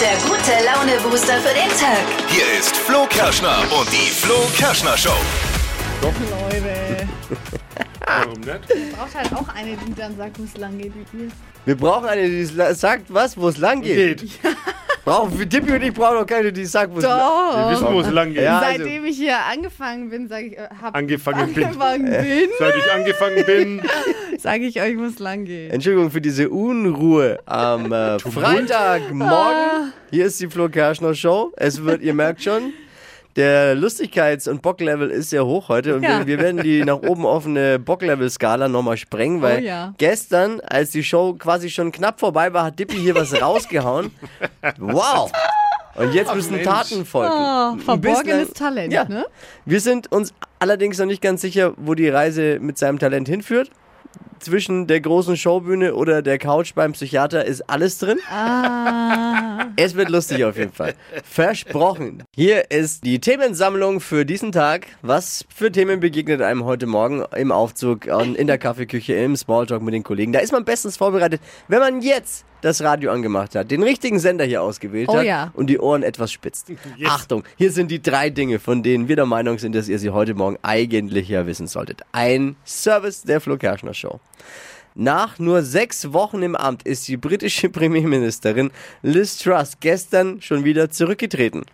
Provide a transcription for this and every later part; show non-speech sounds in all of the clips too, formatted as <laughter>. der gute Laune-Booster für den Tag. Hier ist Flo Kerschner und die Flo Kerschner Show. Warum nicht? braucht halt auch eine, die dann sagt, wo es lang geht mit mir. Wir brauchen eine, die la- sagt, was, wo es lang geht. Geht. Brauchen wir Dippy und ich brauchen doch keine, die sagt, wo es lang Wir wissen, wo es lang geht. Ja. also- Seitdem ich hier angefangen bin, sage ich, äh, hab Angefangen bin. angefangen Äh, bin, Seit ich angefangen bin, sage ich euch, wo es lang geht. Entschuldigung für diese Unruhe am <laughs> äh, Ah. Freitagmorgen. Hier ist die Flo Kerschner Show. Es wird, ihr merkt schon, der Lustigkeits- und Bocklevel ist sehr hoch heute und Ja. wir, wir werden die nach oben offene Bocklevel-Skala nochmal sprengen, weil Oh ja. gestern, als die Show quasi schon knapp vorbei war, hat Dippy <laughs> hier was rausgehauen. Wow! Und jetzt müssen Mensch. Taten folgen. Oh, Ein bisschen- verborgenes Talent, ja. ne? Wir sind uns allerdings noch nicht ganz sicher, wo die Reise mit seinem Talent hinführt. Zwischen der großen Showbühne oder der Couch beim Psychiater ist alles drin. Ah. Es wird lustig auf jeden Fall. Versprochen. Hier ist die Themensammlung für diesen Tag. Was für Themen begegnet einem heute Morgen im Aufzug, an- in der Kaffeeküche, im Smalltalk mit den Kollegen? Da ist man bestens vorbereitet, wenn man jetzt das Radio angemacht hat, den richtigen Sender hier ausgewählt Oh hat ja. und die Ohren etwas spitzt. Achtung, hier sind die drei Dinge, von denen wir der Meinung sind, dass ihr sie heute Morgen eigentlich ja wissen solltet. Ein Service der Flo Kerschner Show. Nach nur sechs Wochen im Amt ist die britische <laughs> Premierministerin Liz Truss gestern schon wieder zurückgetreten.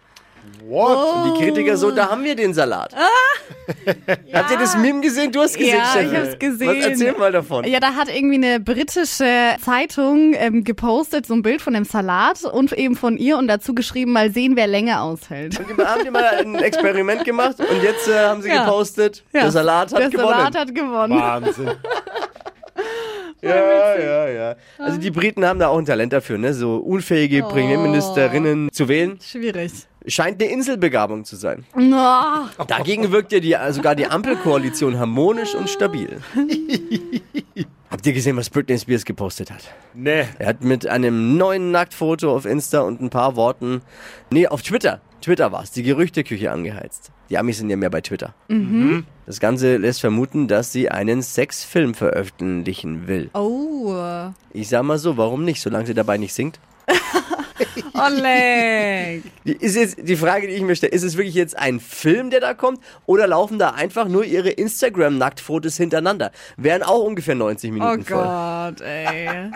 what? Und die Kritiker so, da haben wir den Salat. <laughs> Habt ihr das Meme gesehen? Du hast gesehen, Ah. Ja, Steffi. ich hab's gesehen. äh, Was, erzähl mal davon. Ja, da hat irgendwie eine britische Zeitung ähm, gepostet, so ein Bild von dem Salat und eben von ihr und dazu geschrieben, mal sehen, wer länger aushält. Und die haben die mal ein Experiment gemacht und jetzt äh, haben sie Ja. gepostet, Ja. der Salat hat Der gewonnen. Salat hat gewonnen. Wahnsinn. Ja, ja, ja. Also die Briten haben da auch ein Talent dafür, ne? So Oh. unfähige Premierministerinnen zu wählen. Schwierig. Scheint eine Inselbegabung zu sein. Oh, <laughs> Dagegen wirkt ja die, äh, sogar die Ampelkoalition harmonisch und stabil. Habt ihr gesehen, was Britney Spears gepostet hat? Nee. Er hat mit einem neuen Nacktfoto auf Insta und ein paar Worten, nee, auf Twitter, Twitter war's, die Gerüchteküche angeheizt. Die Amis sind ja mehr bei Twitter. Das Ganze lässt vermuten, dass sie einen Sexfilm veröffentlichen will. oh. <laughs> Ich sag mal so, warum nicht, solange sie dabei nicht singt? Oleg. Die- Ist jetzt die Frage, die ich mir stelle, ist es wirklich jetzt ein Film, der da kommt, oder laufen da einfach nur ihre Instagram-Nacktfotos hintereinander? Wären auch ungefähr 90 Oh Minuten voll. Gott, ey.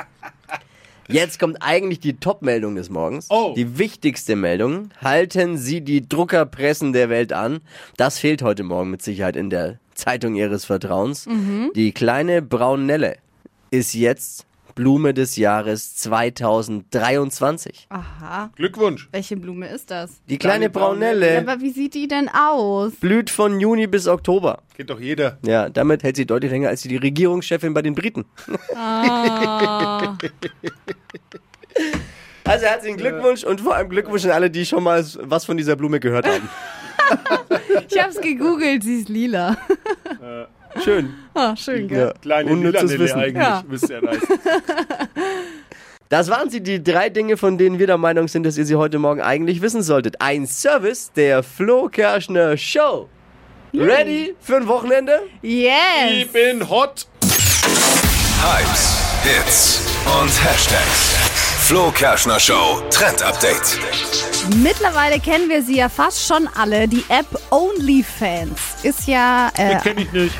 Jetzt kommt eigentlich die Top-Meldung des Morgens. Oh. Die wichtigste Meldung. Halten Sie die Druckerpressen der Welt an. Das fehlt heute Morgen mit Sicherheit in der Zeitung Ihres Vertrauens. Die kleine Braunelle ist jetzt Blume des Jahres 2023. <laughs> Aha. Glückwunsch. Welche Blume ist das? Die kleine Kleine Braunelle. Braunelle. Aber wie sieht die denn aus? blüht von Juni bis Oktober. Geht doch jeder. Ja, damit hält sie deutlich länger als die Regierungschefin bei den Briten. Ah. Also herzlichen Glückwunsch und vor allem Glückwunsch an alle, die schon mal was von dieser Blume <laughs> gehört haben. <laughs> Ich hab's gegoogelt, sie ist lila. <laughs> Schön. Ah, schön, gell? Ja, Kleine unnützes Lilanelle Wissen. eigentlich. Ja. Wisst ihr, nice. Das waren sie, die drei Dinge, von denen wir der Meinung sind, dass ihr sie heute Morgen eigentlich wissen solltet. Ein Service der Flo Kerschner Show. Ready für ein Wochenende? Yes! Ich bin hot. Hypes, Hits und Hashtags. Flo Kerschner Show Trend Update. Mittlerweile kennen wir sie ja fast schon alle. Die App OnlyFans ist ja. Äh, Kenn ich nicht.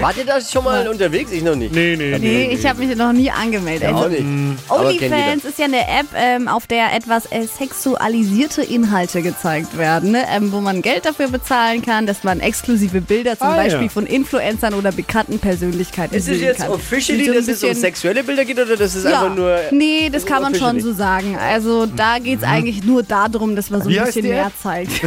Wart ihr da schon mal unterwegs? Ich noch nicht. Nee, nee, Nee, ich habe mich noch nie angemeldet. Auch Also, nicht. Aber kennt jeder. OnlyFans ist ja eine App, ähm, auf der etwas äh, sexualisierte Inhalte gezeigt werden, ne? ähm, wo man Geld dafür bezahlen kann, dass man exklusive Bilder zum Ah, ja. Beispiel von Influencern oder bekannten Persönlichkeiten Ist es sehen jetzt kann. officially, So ein dass es um bisschen- sexuelle Bilder geht oder das ist ja. einfach nur. Mhm. nee, das kann man schon officially. so sagen. Also da geht's eigentlich nur darum, dass man so ein Wie heißt bisschen die mehr App? <laughs> zeigt.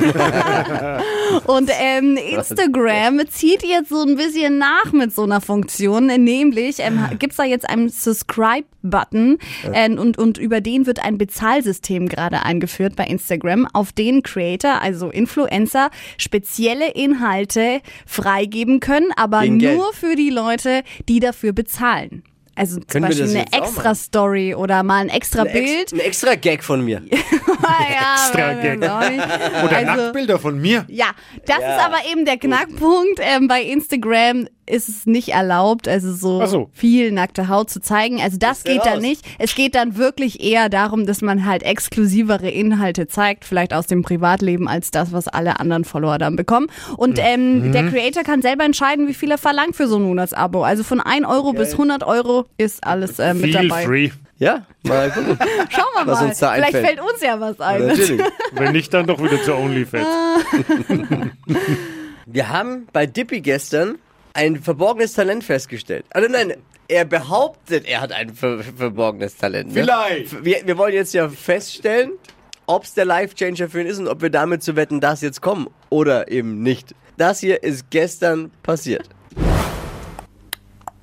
Und ähm, Instagram zieht jetzt so ein bisschen nach mit so einer Funktion, nämlich ähm, gibt's da jetzt einen Subscribe-Button äh, und, und über den wird ein Bezahlsystem gerade eingeführt bei Instagram, auf den Creator, also Influencer, spezielle Inhalte freigeben können, aber Gegen Geld. nur für die Leute, die dafür bezahlen. Also zum Können wir Beispiel das eine jetzt auch <laughs> extra Story oder mal ein extra Ein, Bild. Ex ein extra Gag von mir. ja, Extra Gag. Gag. Oder Nacktbilder von mir. Also, Ja, das ist aber eben der Knackpunkt. Ähm, bei Instagram ist es nicht erlaubt, also so, Ach so. viel nackte Haut zu zeigen. Also das ja geht dann raus. nicht. Es geht dann wirklich eher darum, dass man halt exklusivere Inhalte zeigt, vielleicht aus dem Privatleben, als das, was alle anderen Follower dann bekommen. Und ähm, der Creator kann selber entscheiden, wie viel er verlangt für so ein Monatsabo. Also von 1 Euro bis 100 Euro ist alles äh, mit Feel dabei. free. Ja, mal gucken. <laughs> Schauen wir <laughs> Was mal. uns da vielleicht einfällt. Ne? fällt uns ja was ein. Natürlich. Wenn nicht, dann doch wieder zu OnlyFans. Wir haben bei Dippy gestern ein verborgenes Talent festgestellt. Also nein, er behauptet, er hat ein ver verborgenes Talent. Ne? Vielleicht. Wir, wir wollen jetzt ja feststellen, ob es der Life-Changer für ihn ist und ob wir damit zu wetten, dass jetzt kommen oder eben nicht. Das hier ist gestern passiert.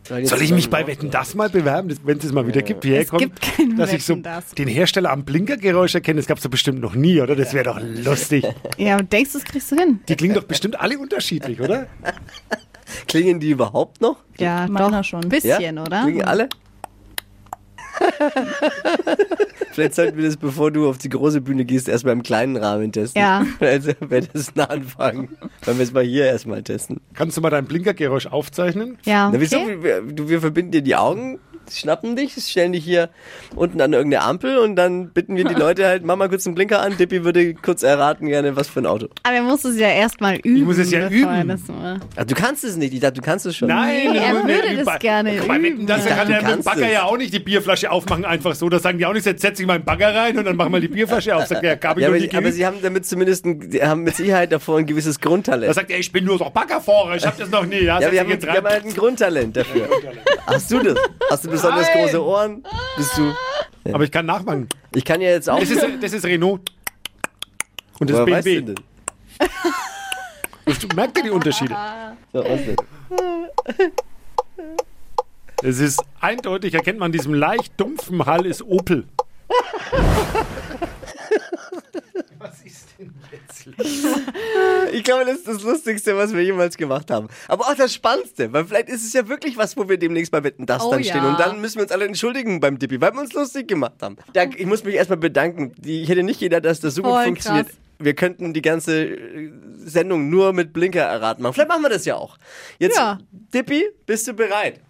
Soll ich mich bei Wetten das mal bewerben, wenn es das mal wieder gibt? Hierher Es gibt kein dass ich so Wetten, dass. den Hersteller am Blinkergeräusch erkenne. Das gab es doch bestimmt noch nie, oder? Das wäre doch lustig. Ja, und denkst du, das kriegst du hin? Die klingen doch bestimmt alle unterschiedlich, oder? Klingen die überhaupt noch? Ja, doch. schon. Ein bisschen, oder? Mhm. Klingen alle? <laughs> Vielleicht sollten wir das, bevor du auf die große Bühne gehst, erstmal im kleinen Rahmen testen. Ja. <laughs> Also, wenn das nah anfangen, dann müssen wir hier erstmal testen. Kannst du mal dein Blinkergeräusch aufzeichnen? Ja, Na, wieso? okay. Wir, du, wir verbinden dir die Augen, schnappen dich, stellen dich hier unten an irgendeine Ampel und dann bitten wir <laughs> die Leute halt, mach mal kurz einen Blinker an. Dippy würde kurz erraten gerne, was für ein Auto. Aber er muss es ja erstmal üben. muss es ja bevor er üben. das mal- Ah, du kannst es nicht, ich dachte, du kannst es schon. Nein, Nee, er aber würde mit- das bei- gerne Bei Wetten, üben. das Ich dachte, kann du er mit dem kannst Bagger es. ja auch nicht die Bierflasche aufmachen, einfach so. Da sagen die auch nicht, jetzt setze ich meinen Bagger rein und dann machen wir die Bierflasche auf. Sagt er, gab ich Ja, aber, nur die sie- aber geübt. sie haben damit zumindest, ein, die haben mit Sicherheit davor ein gewisses Da Grundtalent. sagt er, ich bin nur noch Baggerfahrer, ich habe das noch nie. Ja, Ja, setz wir dich haben, jetzt wir haben halt ein Grundtalent dafür. Hast du das? Hast du besonders Nein. große Ohren? Bist du? Aber ich kann nachmachen. Ich kann ja jetzt auch. Das ist, das ist Renault. Und das Woher ist weißt du BMW. denn? Ich merkt ihr die Unterschiede? So, was denn? Es ist eindeutig, erkennt man an diesem leicht dumpfen Hall ist Opel. Was ist denn letztlich? Ich glaube, das ist das Lustigste, was wir jemals gemacht haben. Aber auch das Spannendste, weil vielleicht ist es ja wirklich was, wo wir demnächst bei Wetten das Oh dann ja. stehen. Und dann müssen wir uns alle entschuldigen beim Dippi, weil wir uns lustig gemacht haben. Da, ich muss mich erstmal bedanken. Die, ich hätte nicht gedacht, dass das so gut Voll funktioniert. krass. Wir könnten die ganze äh, Sendung nur mit Blinker erraten machen. Vielleicht machen wir das ja auch. Jetzt, Ja. Dippi, bist du bereit?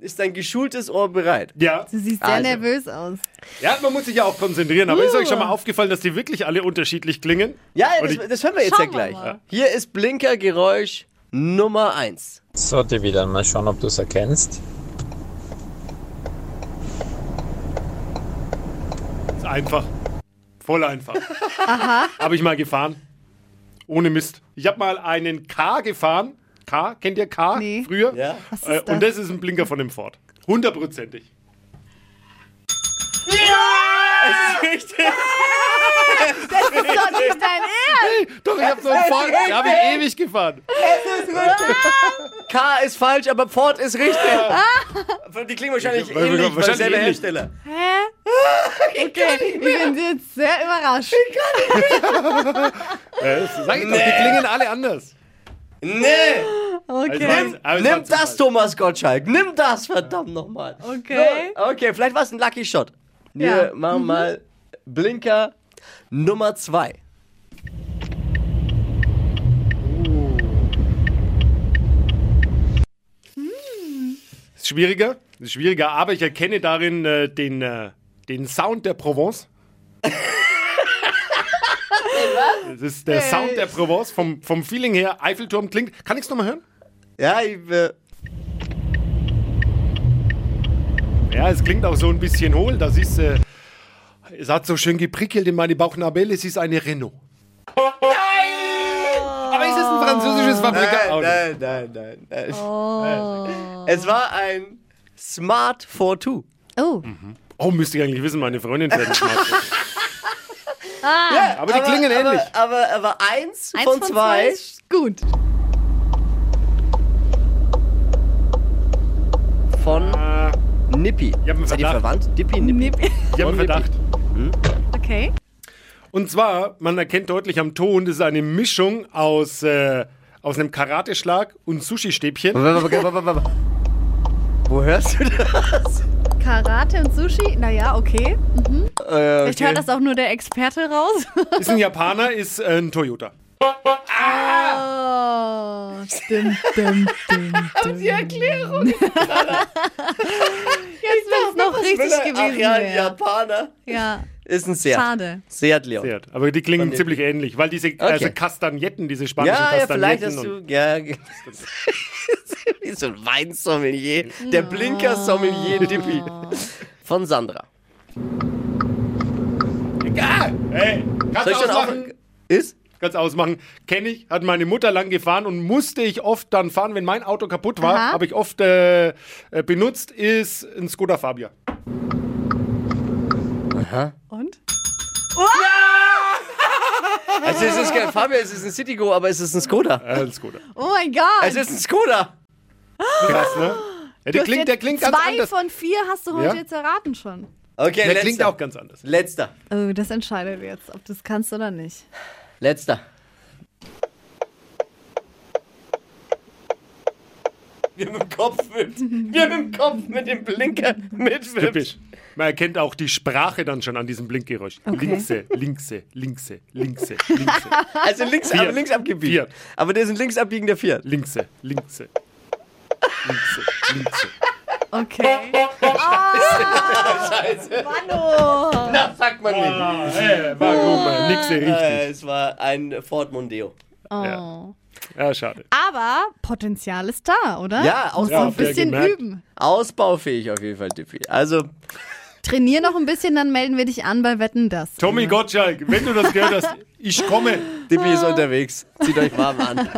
Ist dein geschultes Ohr bereit? Ja. Du siehst sehr Also. nervös aus. <laughs> ja, man muss sich ja auch konzentrieren. Aber ist euch schon mal aufgefallen, dass die wirklich alle unterschiedlich klingen? Ja, Und das, ich- das hören wir jetzt ja Schauen wir gleich. mal. Hier ist Blinkergeräusch Nummer 1. Sollte wieder mal schauen, ob du es erkennst. Ist einfach. Voll einfach. Aha. Habe ich mal gefahren. Ohne Mist. Ich habe mal einen K gefahren. K, kennt ihr K? Nee. Früher? Ja. Was ist Äh, das? Und das ist ein Blinker von dem Ford. Hundertprozentig. Richtig. Das ist doch nicht dein Ernst. Doch, ich habe so einen Ford, den habe ich ewig gefahren. K ist falsch, aber Ford ist richtig. Die klingen wahrscheinlich Ich- ähnlich, wahrscheinlich Ah. wahrscheinlich selber ähnlich. Hersteller. Hä? Okay, ich bin jetzt sehr überrascht. Äh, sag ich doch, die klingen alle anders. Nee, Okay, aber es war nimm das, Thomas Gottschalk. Nimm das, verdammt nochmal. okay. Okay, Mhm. vielleicht war es ein Lucky Shot. Wir Ja. machen mal Blinker Nummer 2. Ist schwieriger, ist schwieriger, aber ich erkenne darin äh, den, äh, den Sound der Provence. Das ist der Sound der Provence. Vom, vom Feeling her, Eiffelturm klingt. Kann ich es nochmal hören? Ja, ich, äh, Ja, es klingt auch so ein bisschen hohl. Das ist. Äh, es hat so schön geprickelt in meine Bauchnabel. Es ist eine Renault. Nein! Aber ist es ein französisches Oh, Fabrikauto? nein, nein, nein, nein. Es war ein Smart 42. Oh, Oh, müsste ich eigentlich wissen, meine Freundin fährt ein Smartphone. <laughs> ah, Aber die klingen ähnlich. Aber, aber eins, eins von zwei. ist Gut. von Nippi. Ich hab einen Seid ihr Verdacht. verwandt? Nippi, Nippi. Nipp- Ich habe einen Verdacht. Okay. Und zwar, man erkennt deutlich am Ton, das ist eine Mischung aus, äh, aus einem Karateschlag und Sushi-Stäbchen. Wo hörst du das? Karate und Sushi? Naja, okay. Mhm. Äh, okay. Ich höre das auch nur der Experte raus. <laughs> Ist ein Japaner, ist äh, ein Toyota. <laughs> Oh, stimmt, stimmt, stimmt. <laughs> Die Erklärung. Jetzt wäre es noch richtig Ach gewesen. ja, ein wär. Japaner. ja, Ist ein Seat. schade. Seat Leon. Seat. Aber die klingen ziemlich ähnlich, weil diese also Kastagnetten, diese spanischen Ja, ja, vielleicht Kastagnetten. hast und- du. Ja, <laughs> wie so ein Weinsommelier. Der Blinker-Sommelier-Tippi. Von Sandra. Ey, kannst Soll ich schon auf. ausmachen? Ist? Kannst ausmachen. Kenne ich, hat meine Mutter lang gefahren und musste ich oft dann fahren, wenn mein Auto kaputt war, Aha. habe ich oft äh, äh, benutzt, ist ein Skoda Fabia. Und? Also, es ist kein Fabia, es ist ein Citigo, aber es ist ein Skoda. Äh, ein Skoda. Oh mein Gott. Also, Es ist ein Skoda. <laughs> Krass, ne? Ja, der, Du hast klingt, der jetzt klingt zwei ganz anders. von vier hast du heute Ja? jetzt erraten schon. Okay, Der letzter. klingt auch ganz anders. Letzter. Oh, das entscheidet jetzt, ob du es kannst oder nicht. Letzter. Wir mit dem Kopf mit. Wir mit dem Kopf mit dem Blinker mit. Typisch. Man erkennt auch die Sprache dann schon an diesem Blinkgeräusch. Linkse, linkse, linkse, linkse, linkse, Also links, aber Fiat. links abgebiegt. Fiat. Aber der ist ein links abbiegender Fiat. linkse, linkse, linkse, linkse. <laughs> Okay. Ah! <laughs> Scheiße. Hallo. Das sagt man nicht. Äh, warum? äh, Linkse, richtig. Äh, es war ein Ford Mondeo. Oh. Ja, schade. Aber Potenzial ist da, oder? Ja, auch Muss ja, noch ein habt ihr bisschen gemerkt. üben. Ausbaufähig auf jeden Fall, Tippi. Also, Trainier noch ein bisschen, dann melden wir dich an bei Wetten das. Tommy Gottschalk, wenn du das gehört hast, ich komme. Tippi ist unterwegs. Zieht euch warm an.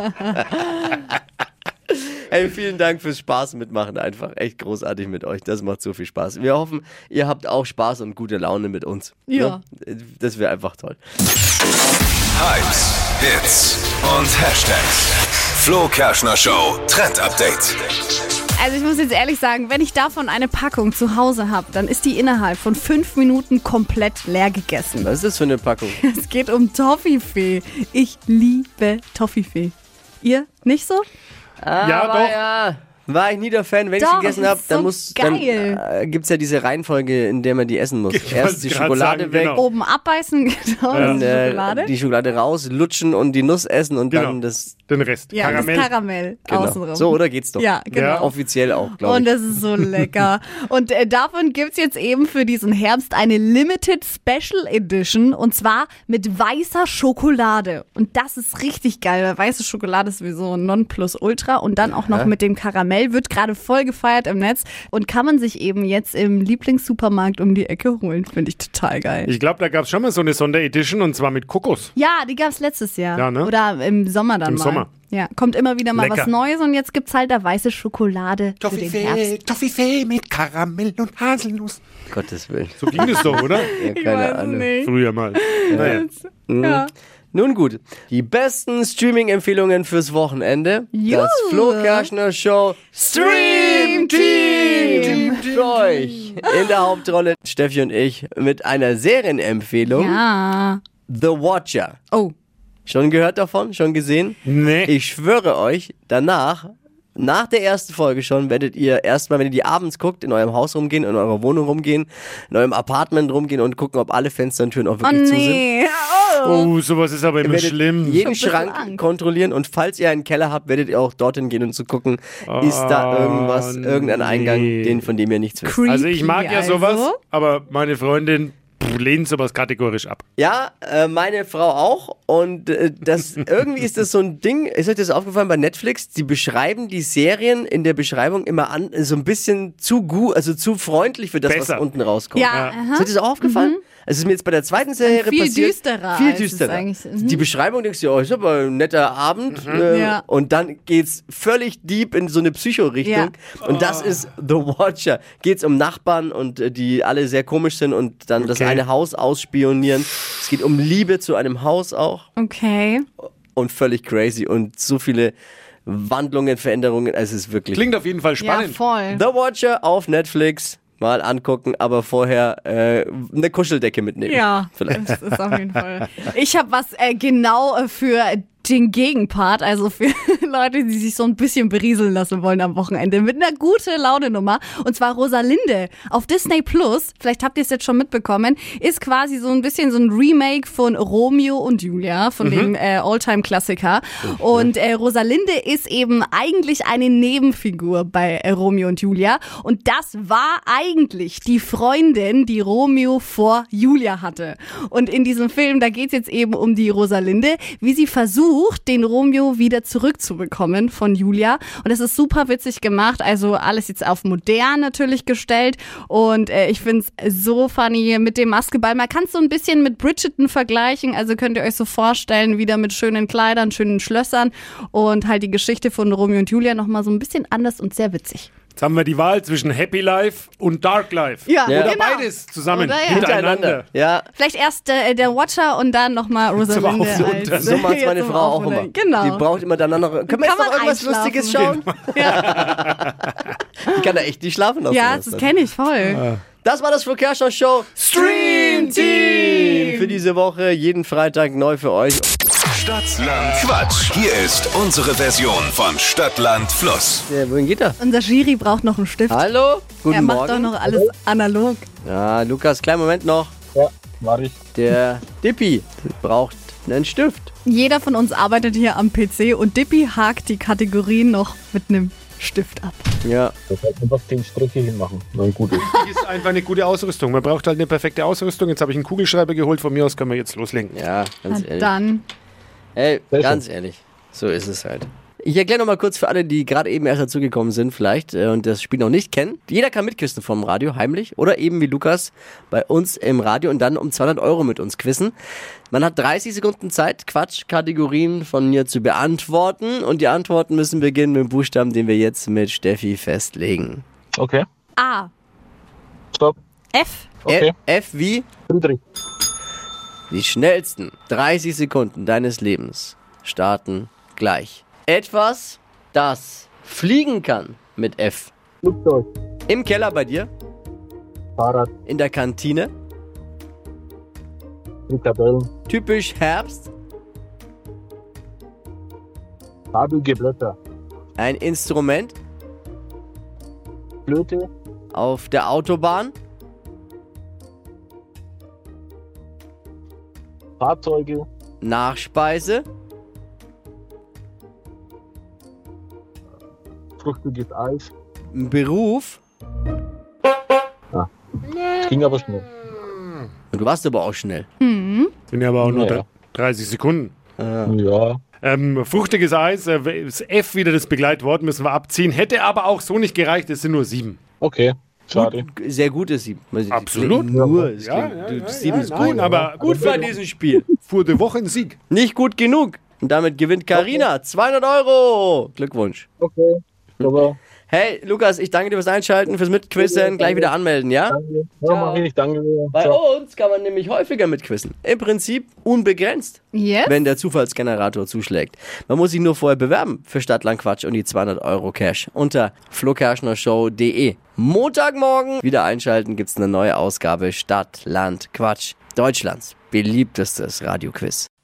Ey, vielen Dank fürs Spaß mitmachen. Einfach echt großartig mit euch. Das macht so viel Spaß. Wir hoffen, ihr habt auch Spaß und gute Laune mit uns. Ja. Ne? Das wäre einfach toll. Hypes, Hits und Hashtags. Flo Kerschner Show Trend Update. Also ich muss jetzt ehrlich sagen, wenn ich davon eine Packung zu Hause habe, dann ist die innerhalb von fünf Minuten komplett leer gegessen. Was ist das für eine Packung? Es geht um Toffifee. Ich liebe Toffifee. Ihr nicht so? Ah, ja, Aber doch. ja. War ich nie der Fan. Wenn ich Doch, gegessen das habe, ist dann, so muss- dann geil. äh, gibt es ja diese Reihenfolge, in der man die <laughs> essen muss. wollt's Erst die grad Schokolade sagen, weg, genau. Oben abbeißen, <laughs> genau, Ja. das ist äh, Schokolade. die Schokolade raus, lutschen und die Nuss essen und Genau. dann das. Den Rest. ja, Karamell. das Karamell Genau. außenrum. So, oder geht's doch? Ja, genau. Ja. Offiziell auch, glaube Und ich. das ist <laughs> so lecker. Und äh, davon gibt's jetzt eben für diesen Herbst eine Limited Special Edition und zwar mit weißer Schokolade. Und das ist richtig geil, weil weiße Schokolade ist sowieso ein Nonplusultra und dann auch noch mit dem Karamell wird gerade voll gefeiert im Netz und kann man sich eben jetzt im Lieblingssupermarkt um die Ecke holen. Finde ich total geil. Ich glaube, da gab es schon mal so eine Sonderedition und zwar mit Kokos. ja, die gab's letztes Jahr. Ja, ne? Oder im Sommer dann Im mal. Sommer. Ja, kommt immer wieder mal Lecker. was Neues und jetzt gibt's halt da weiße Schokolade für den Herbst. Toffifee, Toffifee mit Karamell und Haselnuss. <laughs> Gottes Willen. So ging es doch, oder? Ja, keine Ahnung. Früher mal. Naja. Also, Nun gut, die besten Streaming-Empfehlungen fürs Wochenende. Das Juhu. Flo Kerschner Show Stream Team für euch. In der Hauptrolle Steffi und ich mit einer Serienempfehlung. Ja. The Watcher. Oh. Schon gehört davon? Schon gesehen? Nee. Ich schwöre euch, danach, nach der ersten Folge schon, werdet ihr erstmal, wenn ihr die abends guckt, in eurem Haus rumgehen, in eurer Wohnung rumgehen, in eurem Apartment rumgehen und gucken, ob alle Fenster und Türen auch Oh wirklich zu sind. nee. Oh. Oh, sowas ist aber Ihr immer werdet schlimm. jeden Ich hab ein bisschen Schrank Angst. kontrollieren und falls ihr einen Keller habt, werdet ihr auch dorthin gehen und zu gucken, ist da Ah, irgendwas, irgendein Eingang, nee. den, von dem ihr nichts wisst. Creepy, Also ich mag ja also. sowas, aber meine Freundin pff, lehnt sowas kategorisch ab. Ja, äh, meine Frau auch. Und äh, das irgendwie ist das so ein Ding. Ist euch das aufgefallen bei Netflix? Die beschreiben die Serien in der Beschreibung immer an, äh, so ein bisschen zu gut, also zu freundlich für das, Besser. was unten rauskommt. Ja, Ja. Ist aha. Mhm. euch das auch aufgefallen? Es ist mir jetzt bei der zweiten Serie Viel passiert. düsterer Viel als es düsterer. eigentlich- mhm. Die Beschreibung denkst du, oh, ist aber ein netter Abend. Äh, Ja. Und dann geht's völlig deep in so eine Psycho-Richtung. Und das ist The Watcher. Geht's um Nachbarn und äh, die alle sehr komisch sind und dann das Okay. eine Haus ausspionieren. Es geht um Liebe zu einem Haus auch Okay. und völlig crazy und so viele Wandlungen, Veränderungen. Es ist wirklich Klingt auf jeden Fall Ja, spannend. voll. The Watcher auf Netflix. Mal angucken, aber vorher äh, eine Kuscheldecke mitnehmen. Ja, Vielleicht. das ist auf jeden Fall. Ich habe was äh, genau äh, für den Gegenpart, also für <laughs> Leute, die sich so ein bisschen berieseln lassen wollen am Wochenende, mit einer gute Laune-Nummer. Und zwar Rosalinde auf Disney Plus, vielleicht habt ihr es jetzt schon mitbekommen, ist quasi so ein bisschen so ein Remake von Romeo und Julia, von dem äh, Alltime-Klassiker. Und äh, Rosalinde ist eben eigentlich eine Nebenfigur bei äh, Romeo und Julia. Und das war eigentlich die Freundin, die Romeo vor Julia hatte. Und in diesem Film, da geht's jetzt eben um die Rosalinde, wie sie versucht, den Romeo wieder zurückzubekommen von Julia. Und das ist super witzig gemacht. Also alles jetzt auf modern natürlich gestellt. Und äh, ich find's so funny mit dem Maskeball. Man kann's so ein bisschen mit Bridgerton vergleichen. Also könnt ihr euch so vorstellen, wieder mit schönen Kleidern, schönen Schlössern und halt die Geschichte von Romeo und Julia nochmal so ein bisschen anders und sehr witzig. Jetzt haben wir die Wahl zwischen Happy Life und Dark Life. Ja, Oder genau. beides zusammen. Oder ja. Hintereinander. Ja, Vielleicht erst äh, der Watcher und dann nochmal Rosalinde. Aufs- und als- dann- so <laughs> macht's meine zum Frau auch Aufwunder. immer. Genau. Die braucht immer dann noch. Können wir Kann jetzt noch man irgendwas einschlafen. Lustiges schauen? <laughs> Ich kann da echt nicht schlafen lassen. ja, das kenne ich voll. Das war das Flo Kerschner Show Stream Team! für diese Woche. Jeden Freitag neu für euch. Stadtland Quatsch. Hier ist unsere Version von Stadtland Fluss. Äh, wohin geht er? Unser Schiri braucht noch einen Stift. Hallo? Guten er macht doch Morgen. noch alles analog. Ja, Lukas, kleinen Moment noch. Ja, war ich. Der Dippi braucht einen Stift. Jeder von uns arbeitet hier am PC und Dippy hakt die Kategorien noch mit einem Stift ab. Ja. Das halt einfach den Striche hinmachen. Dann gut ist. Das ist einfach eine gute Ausrüstung. Man braucht halt eine perfekte Ausrüstung. Jetzt habe ich einen Kugelschreiber geholt. Von mir aus können wir jetzt loslenken. Ja, ganz Na ehrlich. dann. Ey, Sehr ganz ehrlich, so ist es halt. Ich erkläre nochmal kurz für alle, die gerade eben erst dazugekommen sind vielleicht äh, und das Spiel noch nicht kennen. Jeder kann mitküssen vom Radio, heimlich oder eben wie Lukas bei uns im Radio und dann um 200 Euro mit uns quizzen. Man hat 30 Sekunden Zeit, Quatschkategorien von mir zu beantworten und die Antworten müssen beginnen mit dem Buchstaben, den wir jetzt mit Steffi festlegen. Okay. A. Stopp. F. Okay. F, F wie Friedrich. Die schnellsten 30 Sekunden deines Lebens starten gleich. Etwas, das fliegen kann mit F. Flugzeug. Im Keller bei dir, Fahrrad. in der Kantine, Frikadellen. typisch Herbst, Farbige Blätter. ein Instrument, Flöte. auf der Autobahn, Fahrzeuge. Nachspeise, Fruchtiges Eis. Beruf. Das ging aber schnell. Du warst aber auch schnell. Sind ja aber auch nur Ja. 30 Sekunden. Ja. Ähm, fruchtiges Eis, äh, das F wieder das Begleitwort, müssen wir abziehen. Hätte aber auch so nicht gereicht, es sind nur sieben. Okay. Schade. Sehr gut ist sie. Man- Absolut. Nur, es Ja, klingt, ja, du, ja, sieben ja, ist nein, gut. aber gut bei diesem Spiel. Fuhr die Woche ein Sieg. Nicht gut genug. Und damit gewinnt Karina 200 Euro. Glückwunsch. Okay. Aber Hey, Lukas, ich danke dir fürs Einschalten, fürs Mitquissen. Gleich wieder anmelden, ja? danke. Ja, mach ich. Danke. Bei Ciao. uns kann man nämlich häufiger mitquissen. Im Prinzip unbegrenzt, Yes. wenn der Zufallsgenerator zuschlägt. Man muss sich nur vorher bewerben für Stadtlandquatsch und die 200 Euro Cash unter flokerschnershow.de. Montagmorgen wieder einschalten gibt's eine neue Ausgabe Stadtlandquatsch. Deutschlands beliebtestes Radioquiz.